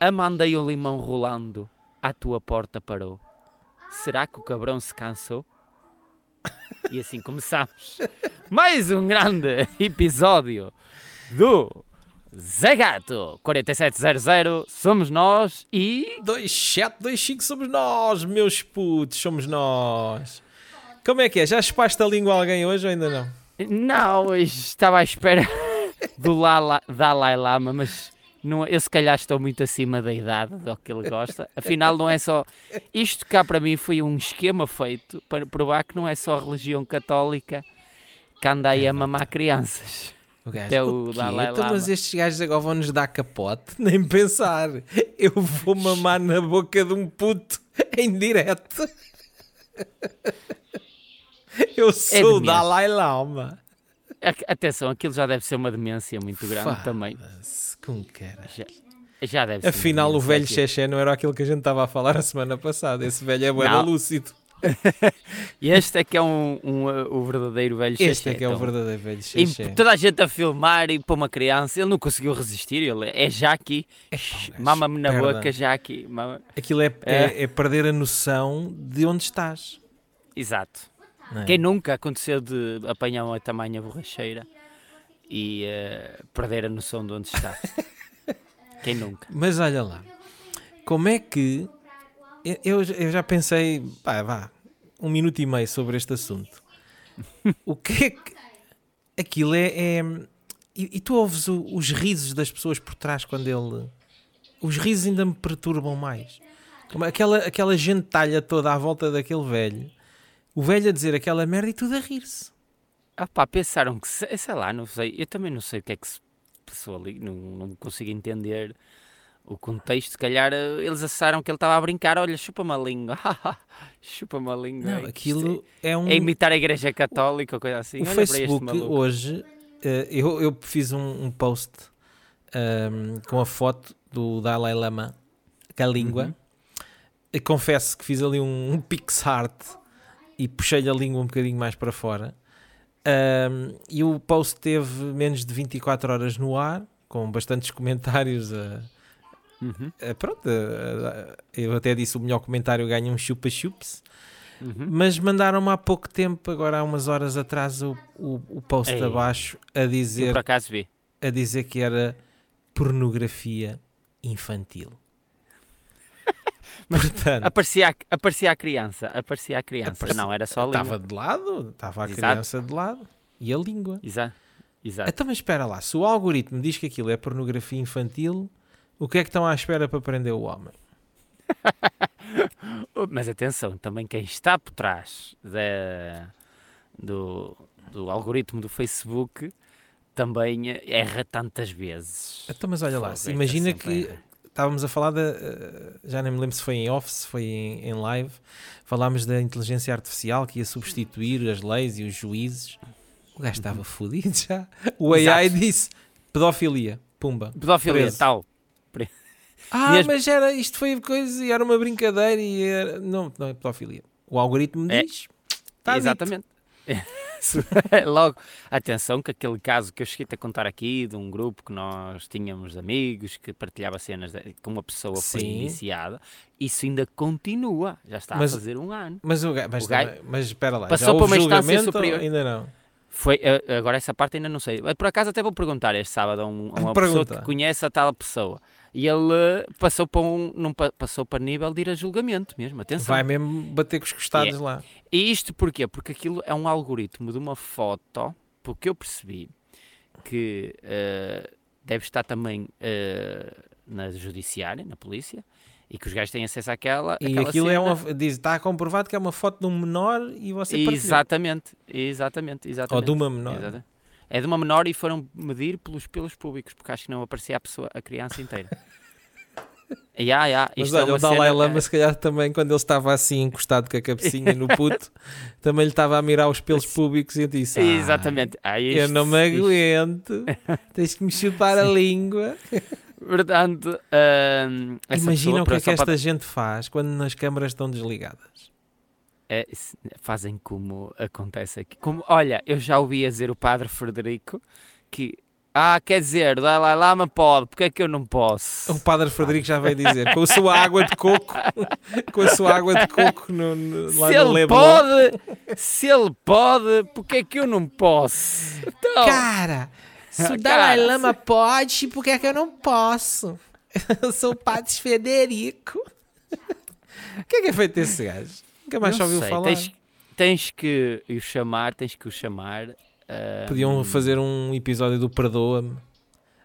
A mandei um limão rolando, à tua porta parou. Será que o cabrão se cansou? E assim começamos mais um grande episódio do Zagato 4700. Somos nós e. 2725 somos nós, meus putos, somos nós. Como é que é? Já chupaste a língua a alguém hoje ou ainda não? Não, eu estava à espera do Lala, Dalai Lama, mas não, eu se calhar estou muito acima da idade do que ele gosta. Afinal, não é só. Isto cá para mim foi um esquema feito para provar que não é só a religião católica que anda aí a mamar crianças. O gajo, Até o quê? Dalai Então, mas Lama. estes gajos agora vão nos dar capote? Nem pensar. Eu vou mamar na boca de um puto em direto. É Eu sou o demais. Dalai Lama. A- Atenção, aquilo já deve ser uma demência muito grande também. Foda-se, com cara. Já, já é. deve ser Afinal, uma o velho demência Xexé não era aquilo que a gente estava a falar a semana passada. Esse velho é bué Não. lúcido. aquilo. E este é que é um, um, uh, o verdadeiro velho Este xexé, é que é o então. verdadeiro velho E Xexé. toda a gente a filmar e para uma criança, ele não conseguiu resistir, ele é já aqui, um gajo mama-me na perda. boca, já aqui. mama- Aquilo é, é- é perder a noção de onde estás. Exato. Não é? Quem nunca aconteceu de apanhar uma tamanha borracheira e eh, perder a noção de onde está? Quem nunca? Mas olha lá, como é que. eu- Eu, eu já pensei, pá, vá, um minuto e meio sobre este assunto. O que é que. Aquilo é. é- e, e tu ouves o- os risos das pessoas por trás quando ele. Os risos ainda me perturbam mais. Como aquela, aquela gentalha toda à volta daquele velho. O velho a dizer aquela merda e tudo a rir-se. Ah pá, pensaram que, se- sei lá, não sei, eu também não sei o que é que se passou ali, não, não consigo entender o contexto. Se calhar eh, eles acharam que ele estava a brincar, olha, chupa-me a língua, chupa-me a língua. Não, isto aquilo é um. É imitar a Igreja Católica ou coisa assim. O Olha para este Facebook maluco. hoje, eh, eu, eu fiz um, um post ehm, com a foto do Dalai Lama com a língua. Uhum. E confesso que fiz ali um, um pixart e puxei-lhe a língua um bocadinho mais para fora. Ehm, e o post teve menos de 24 horas no ar, com bastantes comentários a. Uhum, a- pronto, a- a- eu até disse o melhor comentário ganha um chupa-chups. uhum. Mas mandaram-me há pouco tempo, agora há umas horas atrás, o, o, o post Ei. abaixo a Eu por dizer, acaso vi. a dizer que era pornografia infantil. Portanto, Aparecia, a- aparecia a criança, aparecia a criança. Aparecia- Não, era só a língua. estava de lado, estava a Exato. criança de lado e a língua. Exato. Exato. Então, mas espera lá, se o algoritmo diz que aquilo é pornografia infantil, o que é que estão à espera para prender o homem? Mas atenção, também quem está por trás da- do, do algoritmo do Facebook também erra tantas vezes. Então, mas olha lá, Fogo, se é que imagina sempre que erra. estávamos a falar da. eh, Já nem me lembro se foi em off, se foi em, em live. Falámos da inteligência artificial que ia substituir as leis e os juízes. O gajo estava fodido já. O AI Uhum. Exato. disse pedofilia. Pumba. Pedofilia, Preso. tal. Ah, Mesmo. mas era, isto foi coisa e era uma brincadeira e era. Não, não é pedofilia. O algoritmo É. diz. Tá dito. Exatamente. Logo, atenção que aquele caso que eu cheguei a contar aqui de um grupo que nós tínhamos amigos que partilhava cenas de- que uma pessoa foi Sim. iniciada, isso ainda continua, já está Mas- a fazer um ano. Mas o gajo. Mas, O gajo também- mas espera lá. passou já houve para uma instância julgamento ou superior. Ainda não. Foi, eh, agora essa parte ainda não sei. Eh, Por acaso até vou perguntar este sábado a, um- a uma pessoa Pergunta. que conhece a tal pessoa. E ele eh, passou para um, não pa- passou para nível de ir a julgamento mesmo, atenção. Vai mesmo bater com os costados É. lá. E isto porquê? Porque aquilo é um algoritmo de uma foto, porque eu percebi que eh, deve estar também eh, na judiciária, na polícia, e que os gajos têm acesso àquela. E àquela aquilo é cena. uma. Diz, está comprovado que é uma foto de um menor e você partilhou. Exatamente, exatamente, Ou exatamente. de uma menor. Exata- É de uma menor e foram medir pelos pelos públicos, porque acho que não aparecia a, pessoa, a criança inteira. Ya, ya, Mas isto é olha, uma o Dalai cena- Lama, se calhar também, quando ele estava assim encostado com a cabecinha no puto, também lhe estava a mirar os pelos públicos e disse: "Ah, Exatamente. Ah, isto, Eu não me isto- aguento, tens que me chupar a língua. Portanto, ahm, essa pessoa, Imagina o que é para- que só esta para- gente faz quando as câmaras estão desligadas. é, se- fazem como acontece aqui. Como, olha, eu já ouvi a dizer o padre Frederico que Ah, quer dizer, o Dalai Lama pode, porque é que eu não posso? O padre Frederico já vai dizer, com a sua água de coco, com a sua água de coco no, no, lá se no ele Leblon. pode, se ele pode, porque é que eu não posso? Então, Oh. Cara, se o Dalai Lama pode, por que é que eu não posso? Eu sou o Padre Frederico. O que é que é feito desse gajo? Nunca mais não ouviu sei, falar. Tens, tens que o chamar, tens que o chamar. ah, Podiam fazer um episódio do Perdoa-me.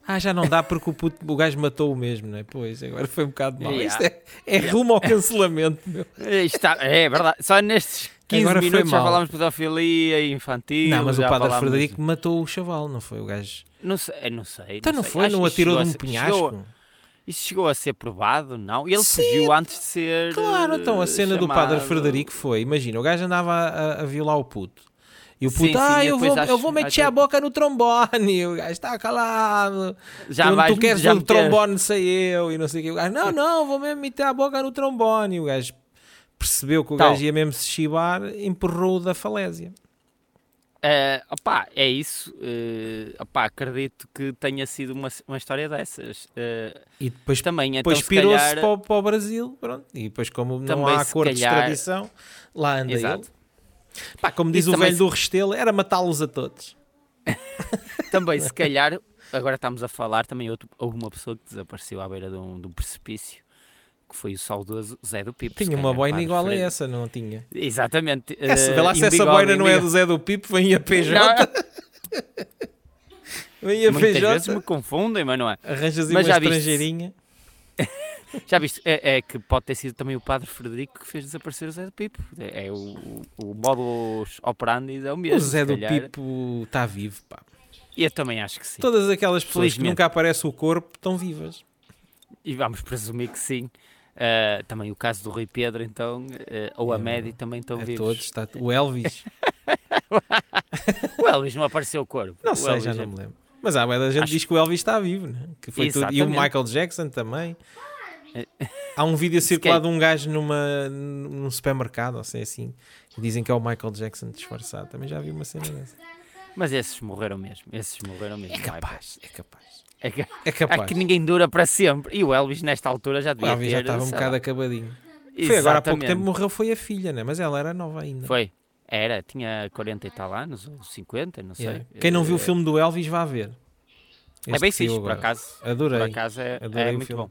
Ah, já não dá porque o, puto, o gajo matou-o mesmo, não é? Pois, agora foi um bocado mal. Yeah. Isto é, é rumo ao cancelamento, meu. está, é verdade, só nestes 15 Agora foi minutos já mal. falámos de pedofilia e infantil. Não, mas o já Padre falámos- Frederico matou o chaval, não foi? O gajo. Não sei, não sei. Então não sei. foi? Acho Não que atirou de um isso chegou a ser- chegou- penhasco? Isso chegou a ser provado, não? Ele Sim, fugiu antes de ser. Claro, então a eh, cena do Padre chamado. Frederico foi: imagina, o gajo andava a, a violar o puto. E o puto, Sim, sim, ah, e eu, depois vou, eu acho- vou meter acho- a boca no trombone. E o gajo está calado. Já tu, vais- tu queres já o me queres- trombone, sei eu. E não sei o que. O gajo, não, não, vou mesmo meter a boca no trombone. E o gajo percebeu que o Tal. gajo ia mesmo se chibar, empurrou-o da falésia. Eh, opá, é isso. eh, opá, acredito que tenha sido uma, uma história dessas. Eh, E depois, também, então, depois se pirou-se calhar- para, o- para o Brasil. Pronto. E depois, como não Também, há se acordo de calhar- extradição, lá anda Exato. ele. Pá, como diz Isso o também velho se- do Restelo, era matá-los a todos. Também, se calhar, agora estamos a falar, também outro, houve uma pessoa que desapareceu à beira de um, de um precipício, que foi o saudoso Zé do Pipo. se Tinha uma calhar, boina Padre igual a Fred- essa, não tinha? Exatamente. Essa, eh, vê lá e se um essa bigode, boina um não é do bigode. Zé é do Pipo, vem a PJ. Não, Vem a Muitas vezes PJ. me confundem, mas não é? Arranjas aí uma Mas já viste- estrangeirinha. Já viste? É, é que pode ter sido também o Padre Frederico que fez desaparecer o Zé do Pipo. É, é o, o, o modus operandi é o mesmo. O Zé se do calhar. Pipo tá está vivo, pá. Eu também acho que sim. Todas aquelas pessoas que Tipo, Felizmente. nunca aparece o corpo estão vivas. E vamos presumir que sim. Ah, também o caso do Rui Pedro, então, ah, ou a É Medi também estão A vivos. todos, está... O Elvis. O Elvis não apareceu o corpo. Não O sei, Elvis já é- não me lembro. Mas há bué da gente Acho- diz que o Elvis está vivo, né? que foi tudo. E o Exatamente. Michael Jackson também. É. Há um vídeo calhar- circulado de um gajo numa, num supermercado, ou sei assim, e dizem que é o Michael Jackson disfarçado. Também já vi uma cena dessa. Mas esses morreram mesmo. Esses morreram mesmo. É não capaz, é capaz. É que, É é capaz. que ninguém dura para sempre. E o Elvis, nesta altura, já O devia Elvis já ter, estava um sei bocado lá. acabadinho. Foi agora há pouco Exatamente. tempo morreu, foi a filha, né? mas ela era nova ainda. Foi. Era, tinha 40 e tal anos, ou 50, não sei. Yeah. Quem não viu o Eh, filme do Elvis, vá ver. É Este bem que saiu fixe, por agora. acaso. Adorei. Por acaso é, é Adorei o muito filme. bom.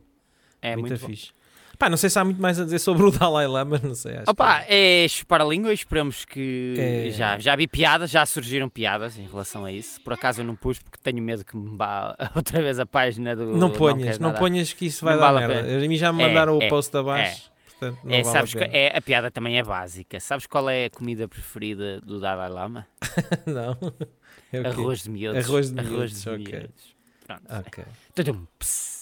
É muito, muito, bom. fixe. Pá, não sei se há muito mais a dizer sobre o Dalai Lama, não sei. Acho Opa, é chupar a língua, esperamos que. É. Já, já vi piadas, já surgiram piadas em relação a isso. Por acaso eu não pus porque tenho medo que me vá outra vez a página do. que... Não ponhas, quero não, nada. ponhas que isso vai Não dar vale a merda. pena. A mim já me É, mandaram o é, post abaixo, portanto não É, vale sabes, a que- pena. é, a piada também é básica. Sabes qual é a comida preferida do Dalai Lama? Não. É o quê? Arroz de miúdos. Arroz de miúdos, Arroz de ok. miúdos. Pronto. Ok. Tudum, pss.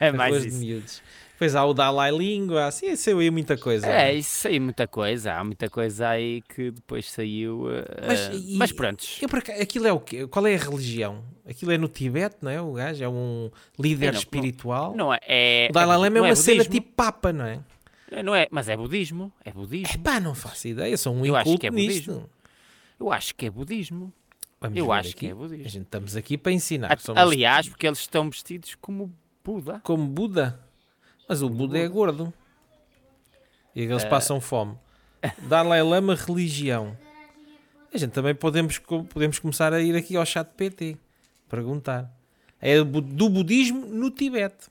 É mais Arroz isso. de miúdos. Pois há o Dalai Língua, assim, isso aí muita coisa. É, isso saiu muita coisa. Há muita coisa aí que depois saiu. Mas Mas, e- mas prontos. Eu, por acaso, aquilo é o quê? Qual é a religião? Aquilo é no Tibete, não é? O gajo é um líder É, não- espiritual. Não é, é, o Dalai budi- Lama é não uma cena budismo, tipo Papa, não é? Não é, mas é budismo. É budismo. É pá, não faço ideia, sou um Eu acho inculto que é budismo. nisto. Eu acho que é budismo. Vamos Eu ver acho que aqui. é A budismo. gente estamos aqui para ensinar. A- Somos Aliás, porque eles estão vestidos como Buda. como Buda. Mas o Buda é gordo. E Eh. eles passam fome. Dalai Lama, religião. A gente também podemos, co- podemos começar a ir aqui ao chat PT. Perguntar. É do bu- do budismo no Tibete.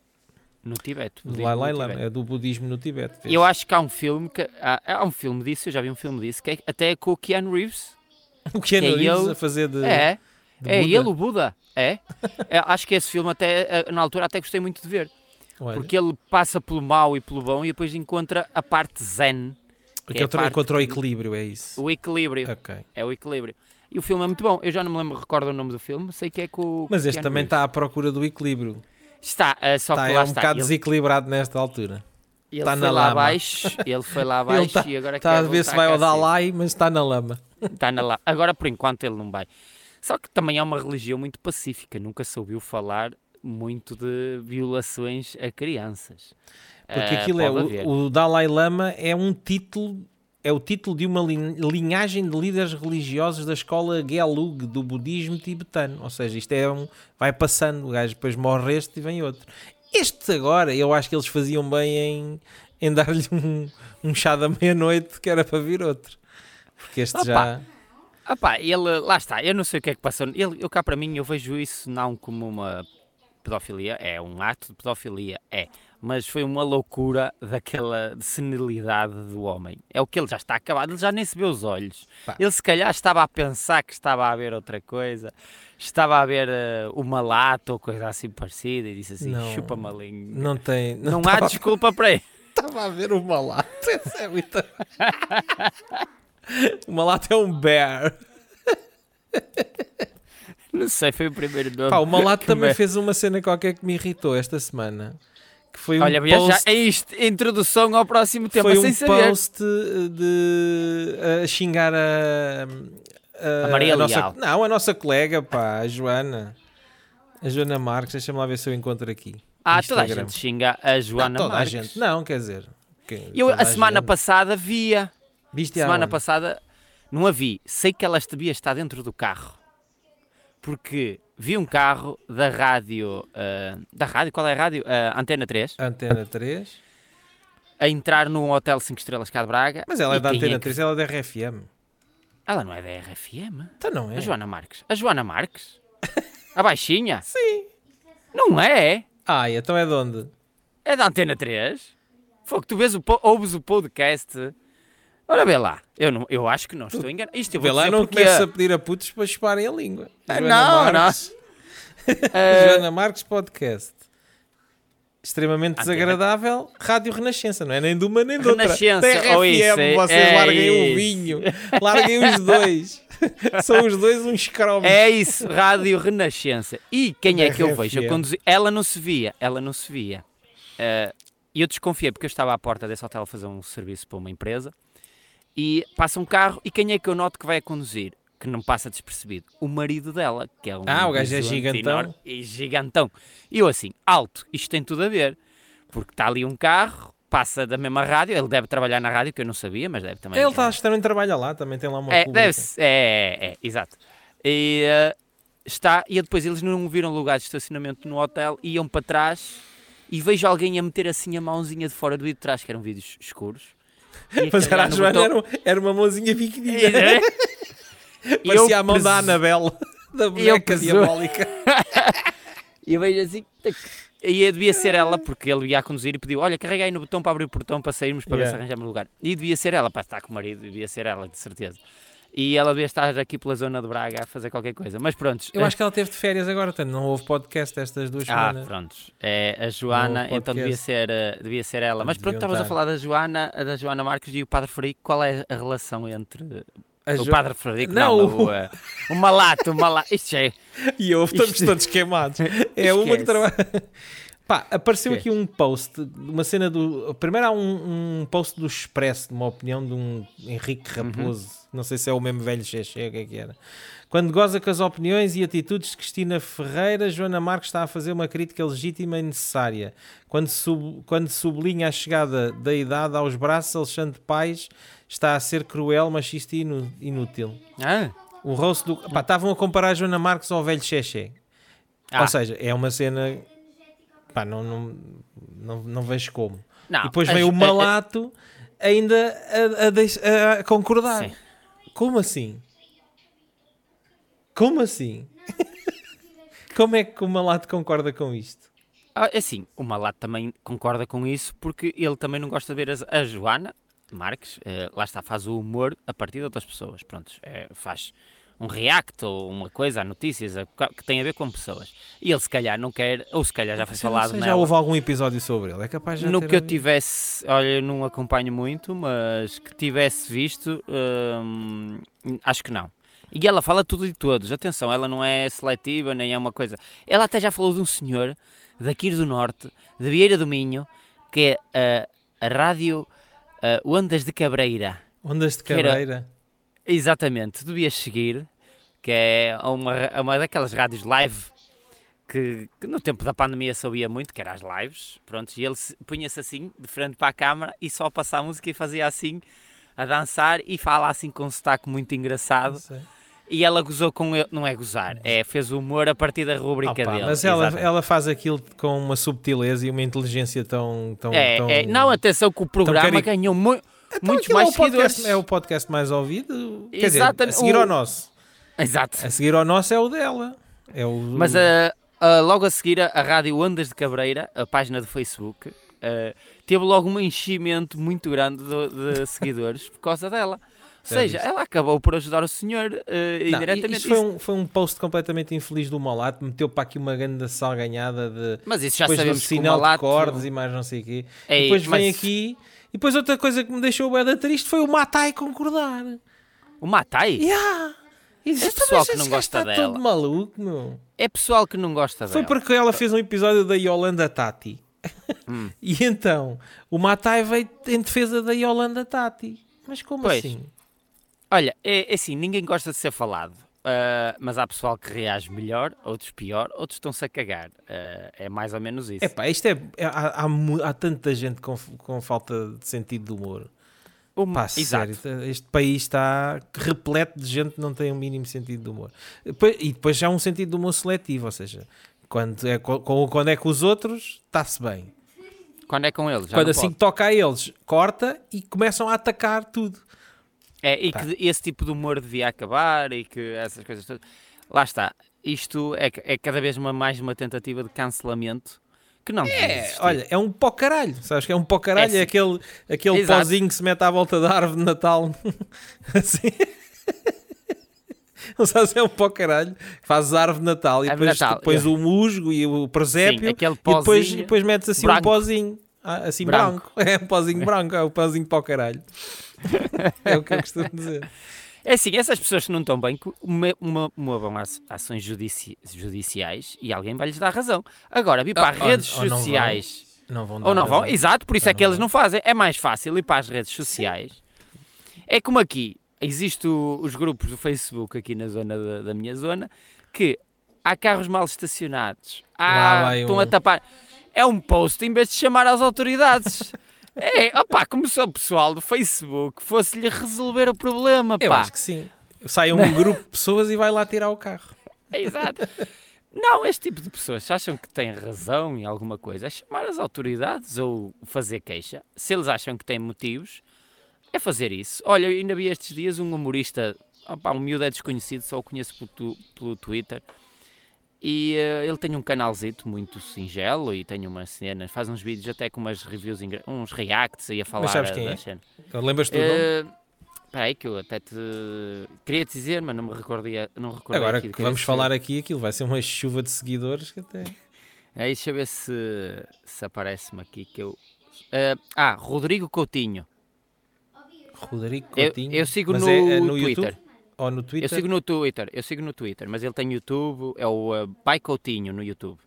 No Tibete. Do budismo Dalai no Lama. Tibete. É do budismo no Tibete. vês? Eu acho que há um filme que há, há um filme disso, eu já vi um filme disso, que é até com o Keanu Reeves. O Keanu que é Reeves ele- a fazer de... É. de É Buda. ele o Buda. É. É, Acho que esse filme até eh, na altura até gostei muito de ver. Olha, Porque ele passa pelo mal e pelo bom e depois encontra a parte zen, porque que é ele a também parte encontrou o que- equilíbrio, é isso. o equilíbrio. Ok. É o equilíbrio. E o filme é muito bom. Eu já não me lembro, recordo o nome do filme, sei que é com o Mas este Keanu também Reeves. está à procura do equilíbrio. Está, eh, só Está que é lá um está. bocado ele desequilibrado nesta altura. ele tá foi na lá lama. abaixo, ele foi lá abaixo tá- e agora Está quer a ver se voltar vai cá ao acima. Dalai, mas está na lama. Está na lá. Agora, por enquanto, ele não vai. Só que também é uma religião muito pacífica. Nunca se ouviu falar muito de violações a crianças. Porque Ah, aquilo é pode haver. o, o Dalai Lama é um título é o título de uma lin- linhagem de líderes religiosos da escola Gelug do budismo tibetano. Ou seja, isto é um. vai passando, o gajo depois morre este e vem outro. Este agora, eu acho que eles faziam bem em, em dar-lhe um, um chá da meia-noite que era para vir outro. Porque este Opa. já. Ah pá, ele, lá está, eu não sei o que é que passou. Ele, eu cá para mim, eu vejo isso não como uma pedofilia, é um ato de pedofilia, é. Mas foi uma loucura daquela senilidade do homem. É o que ele já está acabado, ele já nem se vê os olhos. Pá. Ele se calhar estava a pensar que estava a ver outra coisa, estava a ver eh, uma lata ou coisa assim parecida e disse assim, Não. chupa malinho. Não tem. Não, há estava- desculpa para ele. Estava a ver uma lata. Isso é muito. uma lata é um bear. Não sei, foi o primeiro nome. Pá, o Malato que também me- fez uma cena qualquer que me irritou esta semana. Que foi um Olha, já, post, é isto, introdução ao próximo tema, foi sem um saber. post eh, de a xingar a, a, A Maria nossa- Leal. não, a nossa colega, pá, a Joana. A Joana Marques, deixa-me lá ver se eu encontro aqui. Ah, no toda a Instagram. gente xinga a Não, Joana toda a Marques. gente. Não, quer dizer. que- Eu toda a semana gente. passada via. Viste semana aonde? passada não a vi. Sei que ela devia estar dentro do carro. Porque vi um carro da rádio. ah, da rádio? Qual é a rádio? Ah, Antena 3. Antena 3. A entrar num hotel 5 estrelas cá de Braga. Mas ela é E da quem Antena que- 3, ela é da RFM. Ela não é da RFM. Então não é. A Joana Marques. A Joana Marques? A baixinha? Sim. Não é? Ai, então é de onde? É da Antena 3? Fogo, tu vês o, po- ouves o podcast. Ora bê lá, eu, não, eu acho que não estou enganado. Isto eu vou Vê lá, dizer não porque começa a- a pedir a putos para chuparem a língua. Ah, não, É. eh, não. Joana Marques Podcast. Extremamente Antena- desagradável. Rádio Renascença, não é nem de uma nem de outra. Renascença, Da RFM, ou isso, é- vocês é larguem o isso. vinho. Larguem os dois. São os dois uns cromos. É isso, Rádio Renascença. E quem é que eu vejo a RFM. conduzir? Ela não se via, ela não se via. Ah, E eu desconfiei porque eu estava à porta desse hotel a fazer um serviço para uma empresa e passa um carro e quem é que eu noto que vai a conduzir? Que não passa despercebido. O marido dela, que é um... Ah, o gajo é bisoante gigantão. enorme E gigantão. E eu assim, alto, isto tem tudo a ver. Porque está ali um carro, passa da mesma rádio, ele deve trabalhar na rádio, que eu não sabia, mas deve também... Ele está também trabalha lá, também tem lá uma É, pública. deve ser, é, é, é, exato. E eh, está, e depois eles não viram lugar de estacionamento no hotel, iam para trás e vejo alguém a meter assim a mãozinha de fora do vidro de trás, que eram vidros escuros. e Mas era carregar a no Joana, botão. era, um- era uma mãozinha pequenina. E- e É, eu Parecia a mão da presu- Anabela, da boneca presu- diabólica. E eu vejo assim. tac. E devia ser ela, porque ele ia a conduzir e pediu: Olha, carrega aí no botão para abrir o portão para sairmos para Yeah. ver se arranjamos lugar. E devia ser ela, para estar com o marido, devia ser ela, de certeza. E ela devia estar aqui pela zona de Braga a fazer qualquer coisa. Mas pronto, eh, Eu acho que ela teve de férias agora, portanto, não houve podcast estas duas Ah, semanas. prontos. É, a Joana, podcast. então devia ser, eh, devia ser ela. Mas pronto, Deviam estavas a estar. falar da Joana, da Joana Marques e o Padre Frederico. Qual é a relação entre A o Jo- Padre Frederico? Não, Não, o- o, eh, o Malato, o Malato. Isto já é. E eu estamos Isto- todos queimados. É uma que Esquece. trabalha. Pá, apareceu aqui um post, uma cena do. Primeiro há um, um post do Expresso, de uma opinião de um Henrique Raposo. Não sei se é o mesmo velho Xexé, o que é que era. Quando goza com as opiniões e atitudes de Cristina Ferreira, Joana Marques está a fazer uma crítica legítima e necessária. Quando, sub- quando sublinha a chegada da idade aos braços, Alexandre Paes está a ser cruel, machista e inú- inútil. Hã? O rosto Um do. Pá, estavam a comparar a Joana Marques ao velho Xexé. Ah. Ou seja, é uma cena. Pá, não, não, não, não vejo como. Não, é- e depois a vem Jo- o malato ainda a, a deix- a concordar. Sim. Como assim? Como assim? como é que o malato concorda com isto? Ah, Assim, o Malato também concorda com isso, porque ele também não gosta de ver as- a Joana Marques, eh, lá está, faz o humor a partir de outras pessoas, pronto, faz um react ou uma coisa a notícias a co- que tem a ver com pessoas. E ele se calhar não quer, ou se calhar já foi Sei lá, falado sei, já nela. houve algum episódio sobre ele. É capaz de já no ter que eu ouvido. tivesse, olha, eu não acompanho muito, mas que tivesse visto, hum, acho que não. E ela fala tudo e todos, atenção, ela não é seletiva nem é uma coisa. Ela até já falou de um senhor daqui do Norte, de Vieira do Minho, que é a, a rádio ah, Ondas de Cabreira. Ondas de que era- cadeira. Exatamente, devias seguir, que é uma, é uma daquelas rádios live que, que no tempo da pandemia sabia muito, que era as lives, pronto, e ele se- punha-se assim, de frente para a câmara, e só passava a música e fazia assim a dançar e fala assim com um sotaque muito engraçado. sei. E ela gozou com ele, não é gozar, é fez o humor a partir da Ah, rubrica pá, dele. mas ela, exatamente. ela faz aquilo com uma subtileza e uma inteligência tão. tão, É, tão... é, não, atenção que o programa caric- ganhou mu- Então muitos aquilo mais é o, podcast, seguidores. é o podcast mais ouvido. Quer dizer, a Exatamente, seguir o- ao nosso. Exato. A seguir ao nosso é o dela. É o... Mas ah, ah, logo a seguir, a, a Rádio Ondas de Cabreira, a página do Facebook, ah, teve logo um enchimento muito grande de, de seguidores por causa dela. Ou Já seja, viste. ela acabou por ajudar o senhor ah, É Não, indiretamente. Isso foi Isso- um, foi um post completamente infeliz do Malato, meteu para aqui uma grande salganhada de Mas isso já depois do sabemos que o sinal de Malato... cordas e mais não sei o quê. Ei, depois vem mas- aqui. E depois outra coisa que me deixou bem triste foi o Matai concordar. um- O Matai? Yeah. E disse, É "Então, mas pessoal que esse não gajo gosta está dela." todo maluco, meu. É pessoal que não gosta Foi dela. porque ela fez um episódio da Yolanda Tati. Hum. E então, o Matai veio em defesa da Yolanda Tati. Mas como Pois. assim? Olha, é, é assim, ninguém gosta de ser falado. ah, mas há pessoal que reage melhor, outros pior, outros estão-se a cagar. Ah, é mais ou menos isso. Epá, isto é, é- há, há mu- há tanta gente com, f- com falta de sentido de humor. O Ma- Pá, sério, este país está repleto de gente que não tem o mínimo sentido de humor. Depois- E depois já há um sentido de humor seletivo, ou seja, quando é co- com, quando é com os outros, está-se bem. Quando é com ele? Já quando não assim pode. que toca a eles, corta e começam a atacar tudo. É, e Tá. que esse tipo de humor devia acabar e que essas coisas todas. Lá está. Isto é, ca- é cada vez uma- mais uma tentativa de cancelamento que não devia É, existir. olha, é um pó caralho, sabes que é um pó caralho, É, é, sim. aquele, aquele Exato. pozinho que se mete à volta da árvore de Natal. assim. Não sabes, é um pó caralho. Fazes a árvore de Natal e Árvore depois de Natal, tu pões o musgo e o presépio Sim, aquele e depois, pozinho e depois metes assim um branco. pozinho, ah, assim branco. Branco. É um pozinho branco, é o pozinho pó caralho. é o que eu costumo dizer. É assim, essas pessoas que não estão bem, que uma, uma, movam aç- ações judici- judiciais e alguém vai lhes dar razão. Agora, vir para Ah, ou- redes ou não vão. sociais. Não vão dar Ou não vão, razão. exato, por isso Ou é que não eles vão. não fazem. É mais fácil ir para as redes sociais. É como aqui, existem os grupos do Facebook aqui na zona da, da minha zona, que há carros mal estacionados, Lá há, vai estão um. a tapar. É um post em vez de chamar às autoridades. é, opá, como se o pessoal do Facebook fosse-lhe resolver o problema, Eu pá. acho que sim. Sai um grupo de pessoas e vai lá tirar o carro. Exato. Não, este tipo de pessoas se acham que têm razão em alguma coisa, é chamar as autoridades ou fazer queixa. Se eles acham que têm motivos, é fazer isso. Olha, eu ainda vi estes dias um humorista, opá, um miúdo é desconhecido, só o conheço pelo, tu- pelo Twitter, e eh, ele tem um canalzito muito singelo e tem umas cenas, faz uns vídeos até com umas reviews, engra- uns reacts aí a falar sabes eh, quem das é? cenas. Lembras-te do nome? Eh, Espera aí que eu até te queria te dizer, mas não me recordia, não recordei Agora aqui de que vamos cabeça. falar aqui, aquilo vai ser uma chuva de seguidores que até. Aí É, deixa eu ver se, se aparece-me aqui que eu. Eh, ah, Rodrigo Coutinho. Rodrigo Eu- Coutinho. Eu, sigo Mas no, é- é no Twitter. YouTube? Ou no Twitter? Eu sigo no Twitter. Eu sigo no Twitter, mas ele tem YouTube, é o eh, Pai Coutinho no YouTube.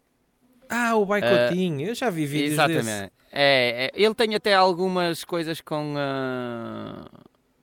Ah, o Bai Coutinho. Eu já vi vídeos desse. Exatamente. É, é, ele tem até algumas coisas com. ah,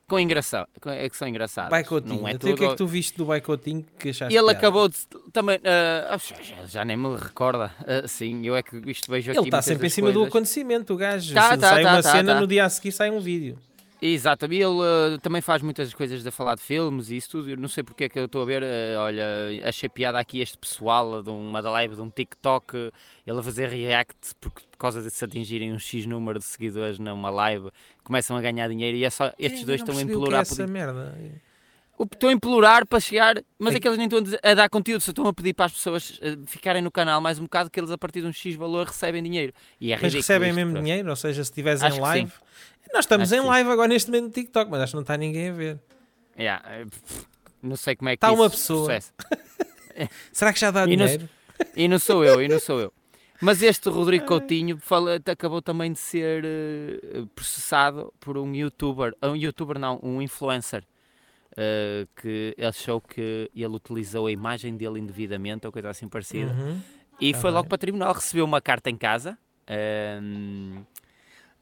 com engraçado. É que são engraçadas. Bai Coutinho. Não é Até o que é que tudo- tu viste do Bai Coutinho que achaste E ele piada? acabou de também. ah, já, já nem me recorda. Ah, sim, eu é que isto vejo aqui. Ele está muitas sempre em das cima do coisas. acontecimento, o gajo. Tá, Se tá, sai tá, uma tá, cena, tá. no dia a seguir sai um vídeo. Exato, e ele eh, também faz muitas coisas a falar de filmes e isso tudo. Eu não sei porque é que eu estou a ver. eh, olha, achei piada aqui este pessoal eh, de uma live, de um TikTok, eh, ele a fazer react porque, por causa de se atingirem um X número de seguidores numa live, começam a ganhar dinheiro e é só. Estes Eu dois não estão a percebi o que é implorar. essa por- merda. É o- Estão a implorar para chegar, mas Ei. é que eles nem estão a dizer- a dar conteúdo, só estão a pedir para as pessoas eh, ficarem no canal mais um bocado, que eles a partir de um X valor recebem dinheiro. E é Mas ridículo recebem isto, mesmo pronto. dinheiro, ou seja, se estiveres Acho em que live. Nós estamos Acho em que sim. live agora neste momento no TikTok, mas acho que não está ninguém a ver. Yeah, eh, pff, Não sei como é que Tá uma isso pessoa. processa. Será que já dá E não se- dinheiro? E não sou eu, e não sou eu. Mas este Rodrigo Coutinho fala- acabou também de ser eh, processado por um youtuber, um youtuber não, um influencer, eh, que achou que ele utilizou a imagem dele indevidamente ou coisa assim parecida. Uhum. E Tá foi logo bem. para o tribunal, recebeu uma carta em casa ehm,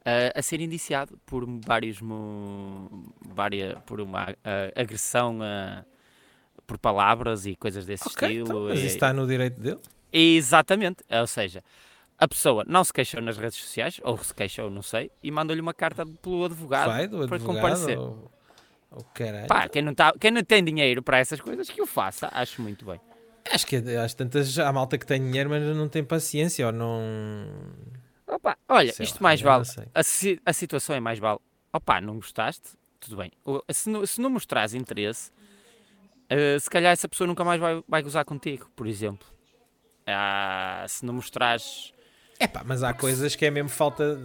a- a ser indiciado por vários mo- vária, por uma ah, agressão a- por palavras e coisas desse Ok, estilo. então, mas e- isso está no direito dele. Exatamente, ou seja, A pessoa não se queixou nas redes sociais, ou se queixou, não sei, e mandou-lhe uma carta pelo advogado, Vai do para advogado comparecer. ou, ou caralho. Pá, quem não, tá, quem não tem dinheiro para essas coisas, que o faça, acho muito bem. Acho que é- às tantas há malta que tem dinheiro, mas não tem paciência ou não. Opa, olha, Sei isto lá, mais eu não vale. sei. A, si- a situação é mais vale. Opa, não gostaste? Tudo bem. O- Se não, se não mostrares interesse, eh, se calhar essa pessoa nunca mais vai, vai gozar contigo, por exemplo. Ah, se não mostrares. É pá, mas há coisas que é mesmo falta.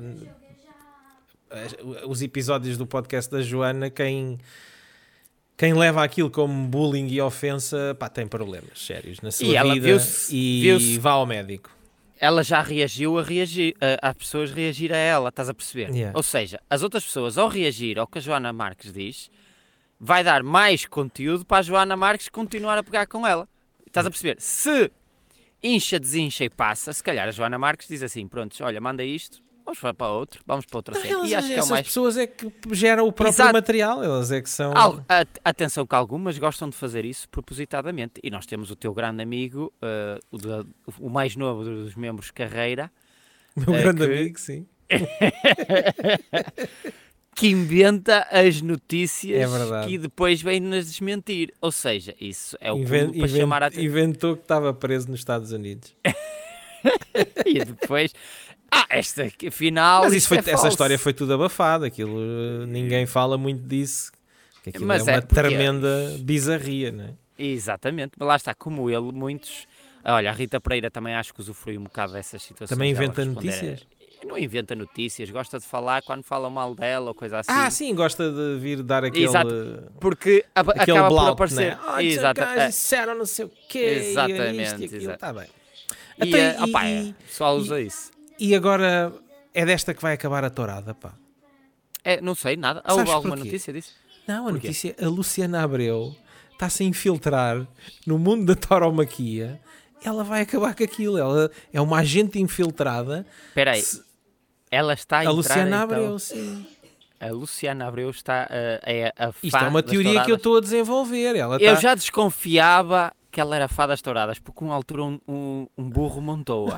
As- Os episódios do podcast da Joana, quem, quem leva aquilo como bullying e ofensa, pá, tem problemas sérios na sua ela vida viu-se- e viu-se- vá ao médico. Ela já reagiu a reagir, a, a pessoas reagir a ela, estás a perceber? Yeah. Ou seja, as outras pessoas ao reagir ao que a Joana Marques diz, vai dar mais conteúdo para a Joana Marques continuar a pegar com ela. Estás a perceber? Se incha, desincha e passa, se calhar a Joana Marques diz assim: pronto, olha, manda isto, vamos para outro, vamos para outra série. Então, Elas- E acho que é o essas mais. pessoas é que geram o próprio Exato. material, elas é que são. Al- a- atenção que algumas gostam de fazer isso propositadamente. E nós temos o teu grande amigo, eh, o, da- o mais novo dos membros Carreira, meu é grande que- amigo, sim. que inventa as notícias É verdade. que depois vem nos desmentir. Ou seja, isso é o Inven- pulo para inven- chamar a atenção. Inventou que estava preso nos Estados Unidos. E depois, ah, esta aqui, afinal. Mas isto isso foi, é essa falso. história foi tudo abafado, aquilo eh, ninguém fala muito disso. que Aquilo Mas é uma é porque- tremenda bizarria, não é? Exatamente, mas lá está, como ele, muitos. Olha, a Rita Pereira também acho que usufrui um bocado dessas situações. Também dela inventa responder a- notícias? Não inventa notícias, gosta de falar quando falam mal dela ou coisa assim. Ah, sim, gosta de vir dar aquele, Exato. Porque ab- aquele acaba por blout, aparecer. né? Ah, Exato. Exatamente. é. disseram não sei o quê. Exatamente, Exatamente. Isto, e aquilo, exato. tá bem. E, Então, eh, e- opá, é, e- o pessoal usa isso. E agora é desta que vai acabar a tourada, pá. É, não sei nada. Há Sabes alguma porquê? notícia disso? Não, a notícia, é, a Luciana Abreu está-se a infiltrar no mundo da tauromaquia. Ela vai acabar com aquilo. Ela é uma agente infiltrada. Espera aí. Se- Ela está a, A entrar, Luciana então- Abreu, sim. A Luciana Abreu está uh, é a fã Isto é uma das teoria que eu touradas. estou a desenvolver. Ela Eu tá- já desconfiava que ela era fã das touradas, porque uma altura um, um, um burro montou-a.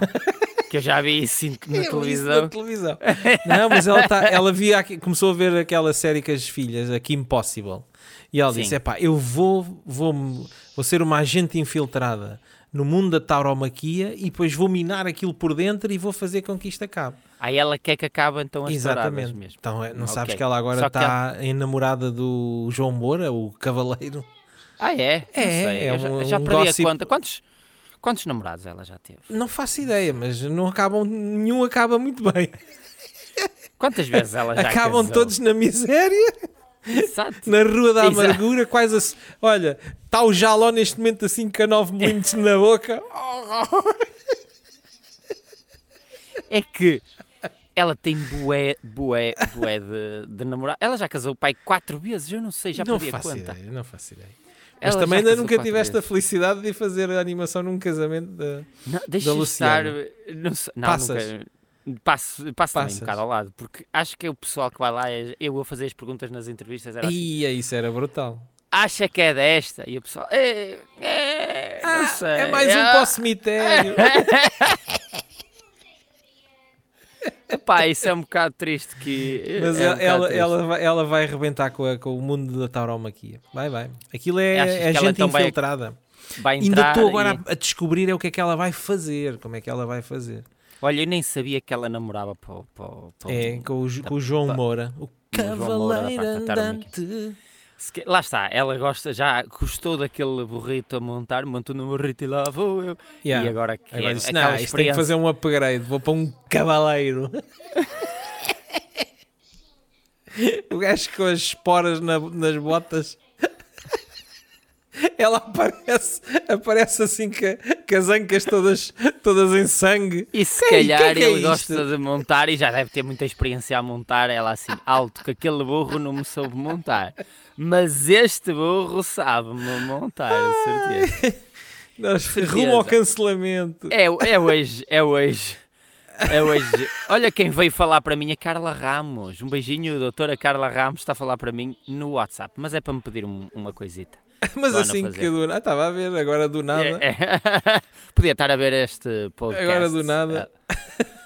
que eu já vi isso em- na Eu vi isso televisão. na televisão. Não, mas ela, tá, ela via, aqui- começou a ver aquela série com as filhas, a Kim Possible. E ela Sim. disse: Epá, eu vou, vou, vou ser uma agente infiltrada no mundo da tauromaquia e depois vou minar aquilo por dentro e vou fazer com que isto acabe. Aí ela quer que acabe então as touradas Exatamente. mesmo. Então, é, não Ok. sabes que ela agora Só que está enamorada do João Moura, o cavaleiro. Ah, é? não sei. É, é eu já, um- eu já um perdi gossip. a conta. Quantos, quantos namorados ela já teve? Não faço ideia, mas não acabam, nenhum acaba muito bem. Quantas vezes ela já acabam casou? todos na miséria. Exato. na Rua da Exato. Amargura, quase a. se- Olha, está o Jaló neste momento assim a 5 a 9 milímetros na boca. É que ela tem bué, bué, bué de, de namorado. Ela já casou, pai, quatro vezes. Eu não sei, já não perdi a faço conta. ideia, não faço ideia. Ela Mas também já ainda casou nunca quatro tiveste a vezes. felicidade de fazer a animação num casamento da. Não, deixa eu estar. Luciana. Não, sei- não, Passas? Nunca, passo, passo também Passas? um bocado ao lado, porque acho que é o pessoal que vai lá, é- eu a fazer as perguntas nas entrevistas, era assim, Ia, é isso era brutal. acha que é desta? E o pessoal, é, é, não sei. É mais um ah, É. para o cemitério. Epá, isso é um bocado triste que. Mas é um ela, bocado ela, triste. ela vai, ela vai arrebentar com, a- com o mundo da tauromaquia. Vai, vai. Aquilo é, Achas é que ela gente então vai- infiltrada. vai Ainda entrar estou agora e- a- a descobrir é o que é que ela vai fazer. Como é que ela vai fazer. Olha, eu nem sabia que ela namorava para o. Para, o- para o- É, com o, Jo- com o João tá. Moura. O João Moura, Cavaleiro pá, tá cantaram aqui. Andante. Se que- Lá está, ela gosta, já gostou daquele burrito a montar, montou no burrito e lá vou eu. Yeah. E agora que Agora é, disse, aquela não, isto tem que experiência- fazer um upgrade, vou para um cavaleiro. o gajo com as esporas na- nas botas. Ela aparece, aparece assim ca- com as ancas todas, todas em sangue. E se Que- que é calhar que é ele isto? gosta de montar e já deve ter muita experiência a montar. Ela assim, alto, que aquele burro não me soube montar. Mas este burro sabe-me montar, de certeza. Nós, certeza. rumo ao cancelamento. É, o- é hoje, é hoje. É hoje. Olha quem veio falar para mim, a Carla Ramos. Um beijinho, a doutora Carla Ramos está a falar para mim no WhatsApp. Mas é para me pedir um- uma coisita. Mas Joana assim fazer. que do nada. Ah, estava a ver, agora do nada. É, Podia estar a ver este podcast. Agora do Ah, nada.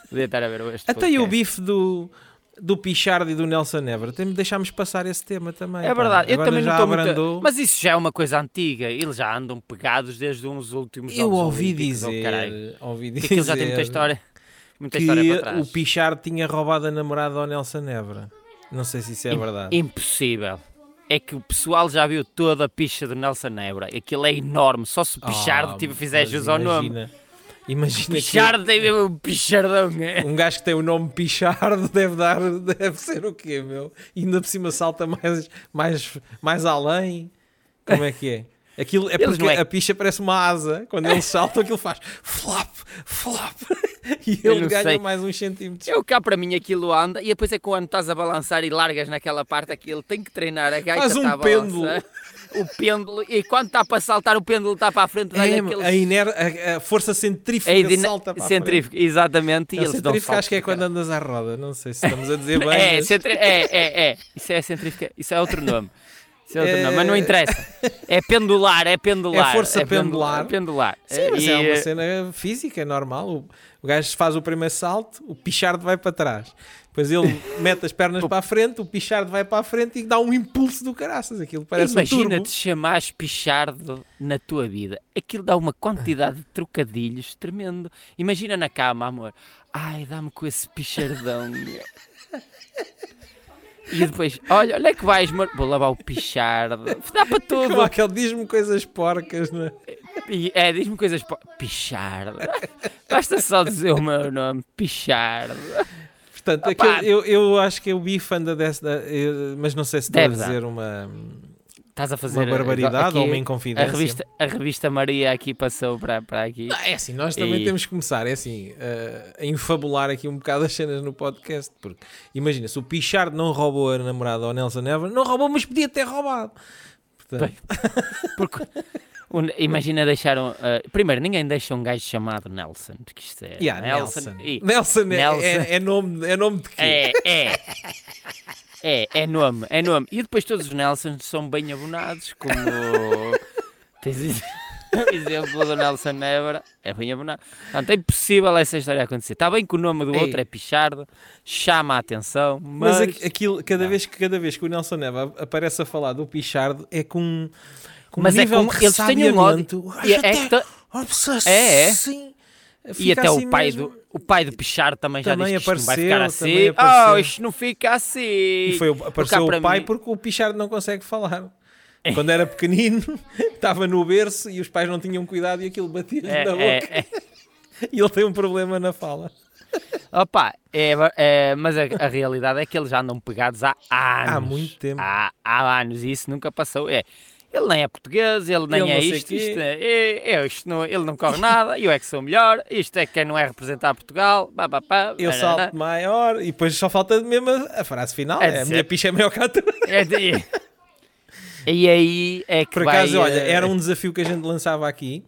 Podia estar a ver este Até e o podcast. bife do, do Pichard e do Nelson Évora. Tem- Deixámos passar esse tema também. É pá. verdade, eu Agora também não já estou abrandou. muito... Mas isso já é uma coisa antiga, eles já andam pegados desde uns últimos eu Jogos ouvi Olímpicos, oh, caralho. dizer, ouvi dizer Aquilo já tem muita história, muita história para que trás. o Pichard tinha roubado a namorada ao Nelson Évora. Não sei se isso é verdade. Impossível. É que o pessoal já viu toda a picha de Nelson Nebra. Aquilo é enorme. Só se o Pichardo tipo, fizer Ah, mas jus ao nome. imagina- Imagina que Pichardo tem mesmo um pichardão. é? um gajo que tem o nome Pichardo deve dar, deve ser o quê, meu? E ainda por cima salta mais, mais, mais além. Como é que é? Aquilo é Eles porque não é- a picha parece uma asa. Quando ele salta, aquilo faz flop, flop. E Eu ele não ganha sei. mais uns centímetros. Eu cá para mim aquilo anda e depois é quando estás a balançar e largas naquela parte aquilo. Tem que treinar a gaita Faz um está a balançar. pêndulo. O pêndulo. E quando está para saltar o pêndulo está para a frente. dá-lhe É, aquele- a, iner, a, a força centrífuga É, a idina- salta para a frente. centrífuga, Exatamente. E Não, eles dão centrífuga acho saltos que é do caralho. quando andas à roda, não sei se estamos a dizer bem. né? É, mas- centri- é, é, é. Isso é centrífica. Isso é outro nome. Isso é outro É- nome, mas não interessa. É pendular, é pendular. É força pendular. pendular. É pendular. Sim, mas E, é uma eh, cena física, é normal. O, o gajo faz o primeiro salto, o Pichardo vai para trás. Depois ele mete as pernas para a frente, o Pichardo vai para a frente e dá um impulso do caraças. Aquilo parece um Imagina turbo. te chamares Pichardo na tua vida. Aquilo dá uma quantidade de trocadilhos tremendo. Imagina na cama, amor. Ai, dá-me com esse pichardão. meu. E depois, olha, olha que vais, amor. Vou lavar o Pichardo. Dá para Como tudo. aquele diz-me coisas porcas, né? E, É, diz-me coisas. po- Pichardo. Basta só dizer o meu nome, Pichardo. Portanto, Opa! aquele- eu, eu acho que o bife anda dessa, da- eu- mas não sei se estou a Deve dar. dizer uma, Estás a fazer uma barbaridade aqui- ou uma a inconfidência. revista, a revista Maria aqui passou para, para aqui. Ah, É assim, nós também E- temos que começar, é assim, eh, a enfabular aqui um bocado as cenas no podcast, porque imagina, se o Pichard não roubou a namorada ao Nelson Évora, não roubou, mas podia ter roubado. Portanto, Porque, um, imagina deixar um. eh, primeiro, ninguém deixa um gajo chamado Nelson, porque isto é. yeah, Nelson. Nelson. Nelson, e- é- Nelson. É, é nome, é nome de quê? é, é. É, é nome, é nome. E depois todos os Nelsons são bem abonados, como. Tens ex- exemplo do Nelson Nebra, é bem abonado. Portanto, é impossível essa história acontecer. Está bem que o nome do Ei. outro é Pichardo, chama a atenção, mas. Mas, aqu- aquilo, cada, vez que, cada vez que o Nelson Neva ap- aparece a falar do Pichard, é com, com Mas um é nível com- de eles têm um ódio. ressabiamento. O gajo e, é, até- ta- É, é. Assim, e fica até assim o pai mesmo. do. O pai do Pichar também, Também já disse que isto não vai apareceu, ficar também assim. apareceu. Oh, isto não fica assim. E foi, o- apareceu para o pai mim- É. porque o Pichard não consegue falar. Quando era pequenino, estava no berço e os pais não tinham cuidado e aquilo batia-lhe É, na um boca. é, é. E ele tem um problema na fala. Opa, é, é, mas a, a realidade é que eles já andam pegados há anos. muito tempo. Há, há anos e isso nunca passou. É, ele nem é português, ele nem Ele é não sei isto, quê. isto é, é, é, isto não, ele não corre nada, eu é que sou o melhor, isto é quem não é representar Portugal, pá, pá, pá, Eu barará. salto maior e depois só falta mesmo a, a frase final. É É, a certo. minha picha é maior que a tua. É de- E aí é que Por vai, acaso, olha, eh, era um desafio que a gente lançava aqui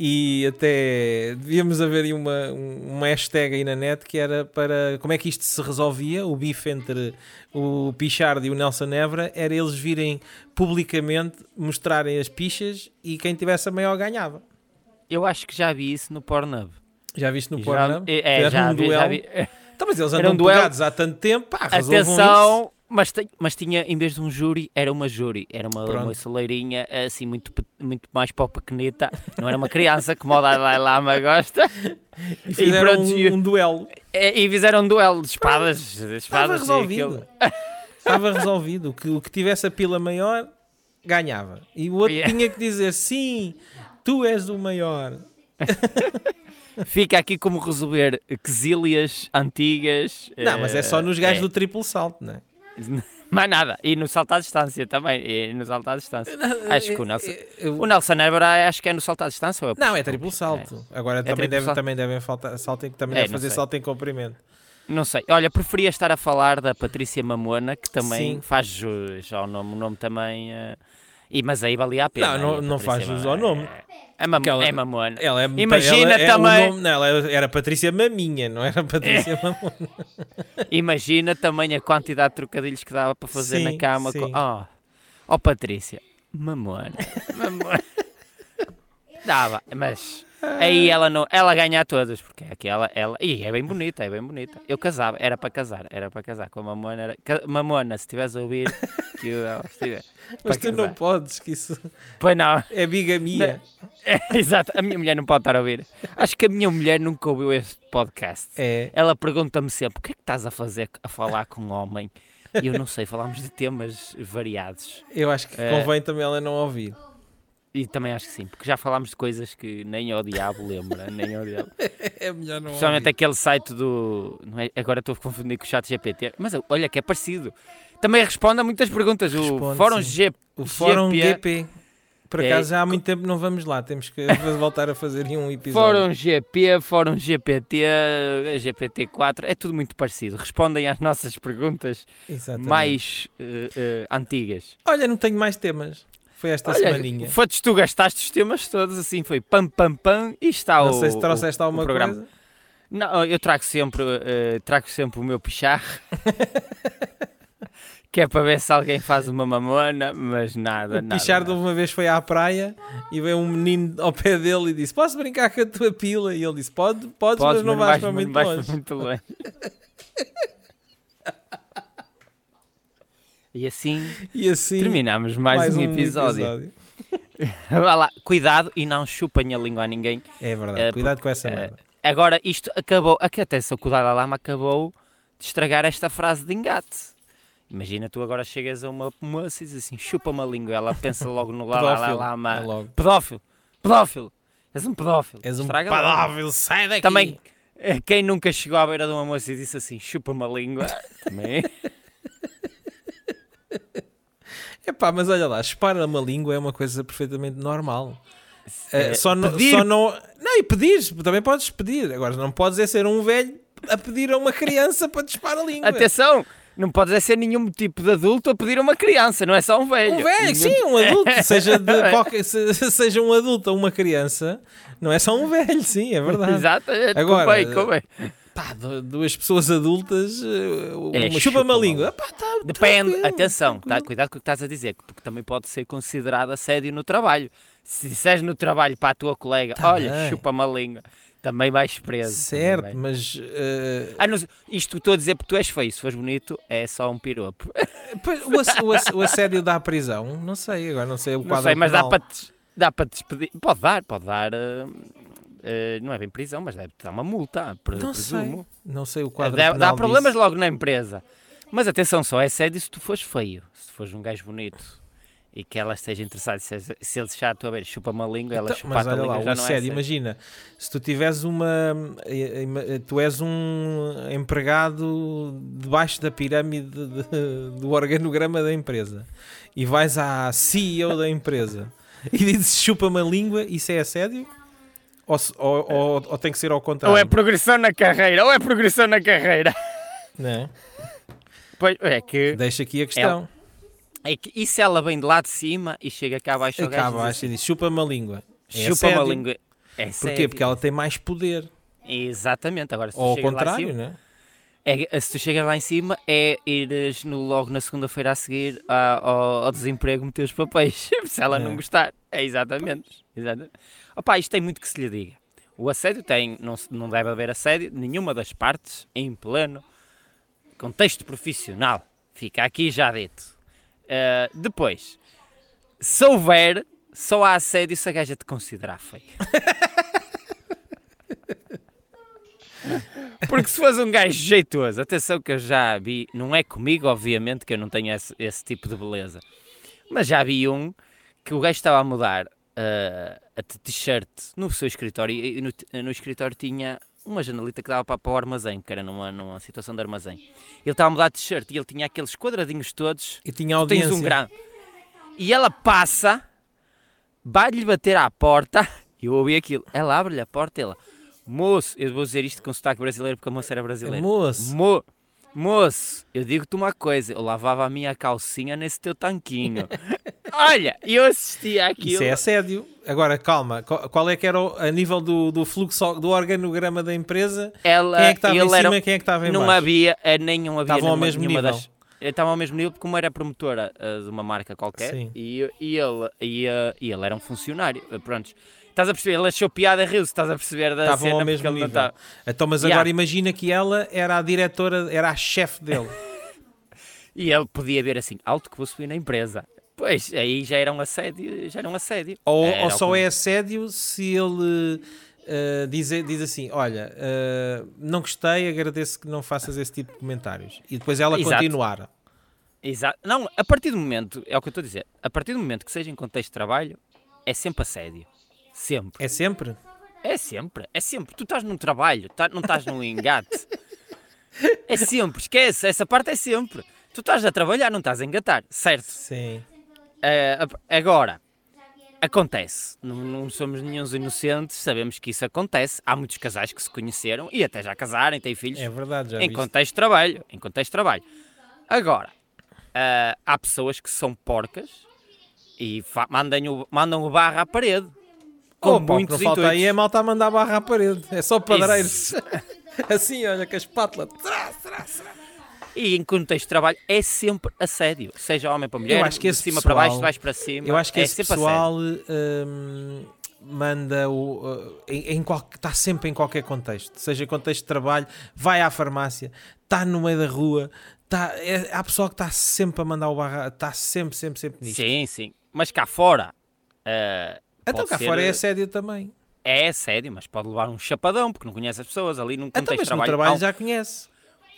e até devíamos haver aí uma, um- uma hashtag aí na net que era para como é que isto se resolvia, o bife entre o Pichard e o Nelson Évora, era eles virem publicamente mostrarem as pichas e quem tivesse a maior ganhava. Eu acho que já vi isso no Pornhub. Já viste no Já- Pornhub? é, Era já um vi- duelo. já vi. Então, mas eles Era andam um duelo. pegados há tanto tempo, pá, resolvam isso. Atenção, mas, ti- mas tinha, em vez de um júri, era uma júri, era uma, Pronto. uma celeirinha assim muito, pe- muito mais para o pequenita, não era uma criança como o Dalai Lama gosta. E fizeram pronto, e- um, um duelo. E, e fizeram um duelo de espadas. de Estava espadas e resolvido. aquilo. Estava resolvido. O que, o que tivesse a pila maior ganhava. E o outro Yeah. tinha que dizer: sim, tu és o maior. Fica aqui como resolver quesílias antigas. Não, mas é só nos gajos do triplo salto, não é? do. Mais nada. E no salto à distância também. E no salto à distância. Acho é, que o Nelson. Eu- O Nelson Évora acho que é no salto à distância. ou é- Não, é triplo salto. Agora também, triplo deve, salto. também devem faltar, salto em- também É, deve não fazer sei. salto em comprimento. Não sei. Olha, preferia estar a falar da Patrícia Mamona, que também Sim. faz jus ao nome. O nome também. eh, E, mas aí valia a pena. Não, não- e a não Patrícia faz jus ao Mamona nome. É, é, mam- ela- é Mamona. Ela é Imagina ela é o também- É. nome- não, ela era Patrícia Maminha, não era Patrícia Mamona. Imagina também a quantidade de trocadilhos que dava para fazer na Sim, cama. Com... sim. Oh, oh, Patrícia, Mamona. Mamona. Dava, mas aí ela não, ela ganha a todas, porque aquela, ela, e é bem bonita, é bem bonita. Eu casava, era para casar, era para casar com a Mamona, era- ca- Mamona, se estivesse a ouvir, que eu ela estiver. Mas para tu não casar. podes, que isso Pois não. é bigamia. É, exato, a minha mulher não pode estar a ouvir. Acho que a minha mulher nunca ouviu este podcast. É. Ela pergunta-me sempre: o que é que estás a fazer a falar com um homem? E eu não sei, falámos de temas variados. Eu acho que É. convém também ela não ouvir. E também acho que sim, porque já falámos de coisas que nem ao diabo lembra, nem ao diabo. É melhor não Principalmente aquele site do. não é- agora estou a confundir com o chat GPT, mas olha que é parecido. Também responde a muitas perguntas. O Responde, Fórum sim. G. O Fórum GP. Por É, acaso já há muito tempo não vamos lá, temos que voltar a fazer um episódio. Fórum GP, Fórum GPT, GPT4, é tudo muito parecido. Respondem às nossas perguntas Exatamente. mais eh, eh, antigas. Olha, não tenho mais temas. Foi esta Olha, semaninha. Fotes tu, gastaste os temas todos, assim foi pam pam pam e está o. Não sei se trouxeste o, alguma o programa. coisa. Não, eu trago sempre, eh, trago sempre o meu pichar. que é para ver se alguém faz uma mamona, mas nada, O nada. Pichardo nada. uma vez foi à praia e veio um menino ao pé dele e disse: Posso brincar com a tua pila? E ele disse: Pode, podes, mas não vais para mas muito vais para longe. muito longe. E assim E assim, terminamos mais, um, episódio. Vá lá, cuidado e não chupem a língua a ninguém. É verdade, É, cuidado com essa é, merda. Agora, isto acabou. Aqui até só que o Dalai Lama acabou de estragar esta frase de engate. Imagina, tu agora chegas a uma moça e dizes assim: chupa-me a língua. Ela pensa logo no Dalai Pedófilo. Lama. É logo. pedófilo, pedófilo. És um pedófilo. És um Estraga logo. pedófilo, sai daqui. Também, eh, quem nunca chegou à beira de uma moça e disse assim: chupa-me a língua. Também. Epá, mas olha lá, chupar uma língua é uma coisa perfeitamente normal. É, Eh, só, não, pedir- só não. Não, e pedir, também podes pedir. Agora, não podes é ser um velho a pedir a uma criança para te chupar a língua. Um Atenção! Não pode é ser nenhum tipo de adulto a pedir a uma criança, não é só um velho. Um velho, Nenhum- sim, um adulto, seja, É. de qualquer- se- seja um adulto ou uma criança, não é só um velho, sim, é verdade. Exato, é, Agora, convém, convém. Pá, du- duas pessoas adultas, eh, uma É, chupa-me chupa-me a a língua. Pá, tá, Depende, tranquilo, atenção, tá, tranquilo. cuidado com o que estás a dizer, porque também pode ser considerado assédio no trabalho. Se disseres no trabalho para a tua colega, Tá olha, bem. chupa-me a língua, também vais preso. Certo, também. mas. eh, Ah, não, isto estou a dizer porque tu és feio, se fores bonito é só um piropo. pois, o, ass- o ass- o assédio dá à prisão? Não sei, agora não sei o quadro. Não sei, mas dá penal. para, des- dá para despedir. Pode dar, pode dar. eh, eh, não é bem prisão, mas deve dar uma multa, pre- Não sei, presumo. É, não sei o quadro. dá, dá penal problemas disso. logo na empresa. Mas atenção só, é assédio se tu fores feio, se tu fores um gajo bonito e que ela esteja interessada, se, se ele deixar a tua beira, chupa uma língua, ela Então, chupa a mas tua olha língua, lá, já o não é assédio, assédio. imagina, se tu tiveres uma. eh, eh, Tu és um empregado debaixo da pirâmide de- do organograma da empresa e vais à CEO da empresa e dizes chupa-me a língua, isso é assédio? Ou, se- ou- ou- ou tem que ser ao contrário? Ou é progressão na carreira, ou é progressão na carreira. Não. Pois, é que, Né? Deixa aqui a questão. é que e se ela vem de lá de cima e chega cá abaixo ao Acaba gajo abaixo e diz chupa-me a língua. É chupa uma assédio. língua. É Porquê? assédio. Porque ela tem mais poder. Exatamente, agora se tu Ou ao chegas lá em contrário, cima, né? é, se tu chegas lá em cima é ires no, logo na segunda-feira a seguir a- ao, ao desemprego meter os papéis, se ela É. não gostar. É exatamente. exatamente. Opa, isto tem muito que se lhe diga. O assédio tem, não, se- não deve haver assédio, nenhuma das partes em pleno contexto profissional. Fica aqui já dito. Ah, depois, se houver, só há assédio se a gaja te considerar feio. Porque se fores um gajo jeitoso, atenção que eu já vi, não é comigo, obviamente, que eu não tenho esse, esse tipo de beleza, mas já vi um que o gajo estava a mudar ah, a t- t-shirt no seu escritório e e no, t- no escritório tinha uma janelita que dava para, para o armazém, que era numa, numa situação de armazém. Ele estava a mudar de t-shirt e ele tinha aqueles quadradinhos todos E tinha tu tens audiência. um grande. E ela passa, vai-lhe bater à porta, e eu ouvi aquilo. Ela abre-lhe a porta e ela, moço, eu vou dizer isto com sotaque brasileiro porque a moça era brasileira. Moço. Mo- moço, eu digo-te uma coisa, eu lavava a minha calcinha nesse teu tanquinho. Olha, eu assistia aquilo. Isso é assédio. Agora, calma, qual qual é que era o, a nível do, do fluxo do organograma da empresa? Ela, Quem é que estava em ele cima era- e quem é que estava em Não baixo? havia, eh, nenhum havia Estavam ao nenhuma- mesmo nenhuma nível. das- estava ao mesmo nível, porque como era promotora ah, de uma marca qualquer Sim. e, e ele, e, ah, e ele era um funcionário. Ah, Prontos, estás a perceber? Ele achou piada, riu-se, estás a perceber da Estavam cena ao porque mesmo ele não nível. estava. Então, mas Yeah. agora imagina que ela era a diretora, era a chefe dele. E ele podia ver assim, alto que vou subir na empresa. Pois, aí já era um assédio, já era um assédio. Ou, Era ou o só que- é assédio se ele eh, diz, diz assim: Olha, eh, não gostei, agradeço que não faças esse tipo de comentários. E depois ela Exato. continuar. Exato. Não, a partir do momento, é o que eu estou a dizer, a partir do momento que seja em contexto de trabalho, é sempre assédio. Sempre. É sempre? É sempre, é sempre. Tu estás num trabalho, tá- não estás num engate. É sempre, esquece, essa parte é sempre. Tu estás a trabalhar, não estás a engatar, certo? Sim. É, ap- agora, acontece. Não, não somos nenhuns inocentes, sabemos que isso acontece. Há muitos casais que se conheceram e até já casaram, têm filhos. É verdade, já em viste. contexto de trabalho, em contexto de trabalho. Agora, ah, há pessoas que são porcas e fa- mandem o, mandam o barra à parede. Com Opa, o que muitos não falta aí intuitos. é malta a mandar barra à parede. É só padreiros. Isso. assim, olha, com a espátula. E em contexto de trabalho é sempre assédio. Seja homem para mulher, Eu acho que É, de esse cima pessoal- para baixo, de baixo para cima. Eu acho que é esse sempre pessoal hum, manda o. uh, em, em qual- está sempre em qualquer contexto, seja contexto de trabalho, vai à farmácia, está no meio da rua, está, é, há pessoal que está sempre a mandar o barra, está sempre, sempre, sempre assédio. nisto. Sim, sim. Mas cá fora. ah, então pode cá ser- fora é assédio também. É assédio, mas pode levar um chapadão, porque não conhece as pessoas ali num contexto Então, de mas no trabalho. trabalho há um- já conhece.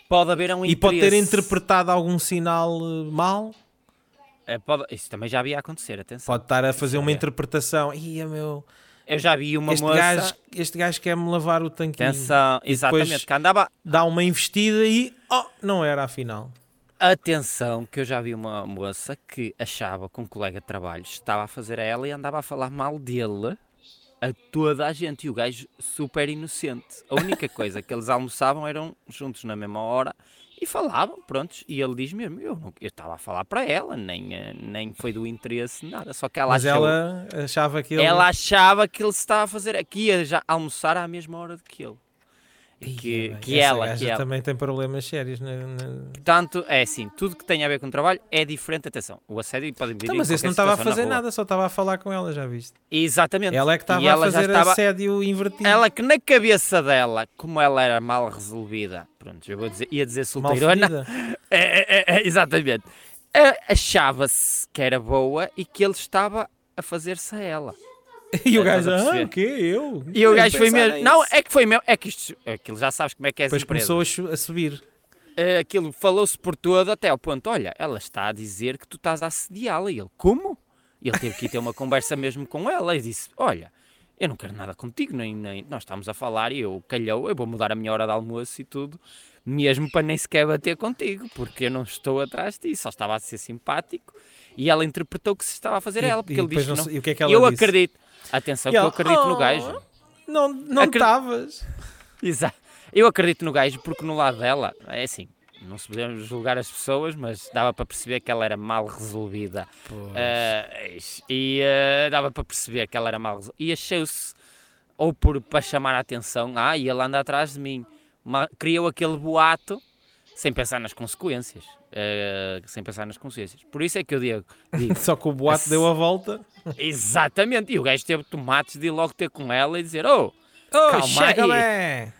Pode haver um E pode ter interesse. interpretado algum sinal uh, mal, É, pode- Isso também já havia a acontecer, atenção. pode estar a fazer uma Olha. interpretação. Ia meu, Eu já vi é uma este moça. gajo, este gajo quer-me lavar o tanquinho. Atenção, exatamente, depois- que andava. Dá uma investida e, oh, não era afinal. Atenção, que eu já vi uma moça que achava que um colega de trabalho estava a fazer a ela e andava a falar mal dele a toda a gente. E o gajo super inocente. A única coisa que eles almoçavam eram juntos na mesma hora e falavam, prontos. E ele diz mesmo: eu, não- eu estava a falar para ela, nem, eh, nem foi do interesse, nada. Só que ela Mas achou- ela achava que ele. ela achava que ele estava a fazer aqui, ia já almoçar à mesma hora do que ele. Ia que- é bem, que essa ela, gaja que ela. também tem problemas sérios. Na, na- Portanto, é assim, tudo que tem a ver com trabalho é diferente, atenção, o assédio pode vir Então, em mas esse qualquer não estava a situação na fazer rua. nada, só estava a falar com ela, já viste? Exatamente. Ela é E que estava a ela já fazer estava- assédio invertido. Ela que na cabeça dela, como ela era mal resolvida, pronto, eu vou dizer, ia dizer Mal solteirona, fedida. é, é, é, exatamente, A- achava-se que era boa e que ele estava a fazer-se a ela. E o Estás gajo, a ah, perceber? o quê? Eu? E o Nem gajo foi pensar mesmo, nisso." não, é que foi mesmo, é que isto, aquilo já sabes como é que é as Depois empresas. começou a chu- a subir. Eh, aquilo falou-se por todo até ao ponto, olha, ela está a dizer que tu estás a assediá-la. E ele, como? E Ele teve que ir ter uma conversa mesmo com ela e disse, olha, eu não quero nada contigo, nem, nem- nós estamos a falar e eu, calhou, eu vou mudar a minha hora de almoço e tudo, mesmo para nem sequer bater contigo, porque eu não estou atrás de ti, só estava a ser simpático. E ela interpretou que se estava a fazer E- a ela, porque e ele depois disse, não não, sei- e o que é que ela eu disse? acredito, atenção E que eu ela, acredito no "Oh." gajo. Não não Acre- estavas. Exato. Eu acredito no gajo porque no lado dela, é assim, não se podemos julgar as pessoas, mas dava para perceber que ela era mal resolvida. Ah, e ah, dava para perceber que ela era mal resolvida. E achou-se, ou por, para chamar a atenção, ah, e ele anda atrás de mim. Ma- criou aquele boato sem pensar nas consequências. Ah, sem pensar nas consequências. Por isso é que eu digo, digo Só que o boato deu a volta. exatamente. E o gajo teve tomates de ir logo ter com ela e dizer, oh, Calma aí. bem.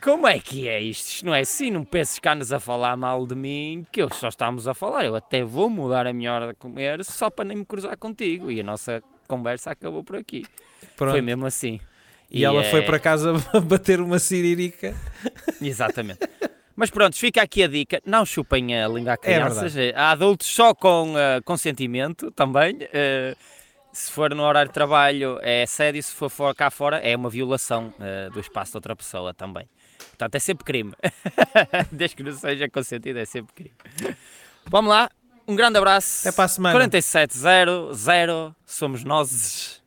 Como é que é isto? Isto não é assim, não penses que andas a falar mal de mim, que eu só estamos a falar. Eu até vou mudar a minha hora de comer só para nem me cruzar contigo. E a nossa conversa acabou por aqui. Foi Pronto. mesmo assim. E ela eh, foi para casa bater uma siririca. Exatamente. Mas pronto, fica aqui a dica: não chupem a língua a verdade. crianças. eh, Há adultos só com eh, consentimento também. eh, se for no horário de trabalho é sério, se for fora- cá fora é uma violação eh, do espaço de outra pessoa também. Portanto, é sempre crime. Desde que não seja consentido, é sempre crime. Vamos lá, um grande abraço. Até para a semana. 4700, somos nós.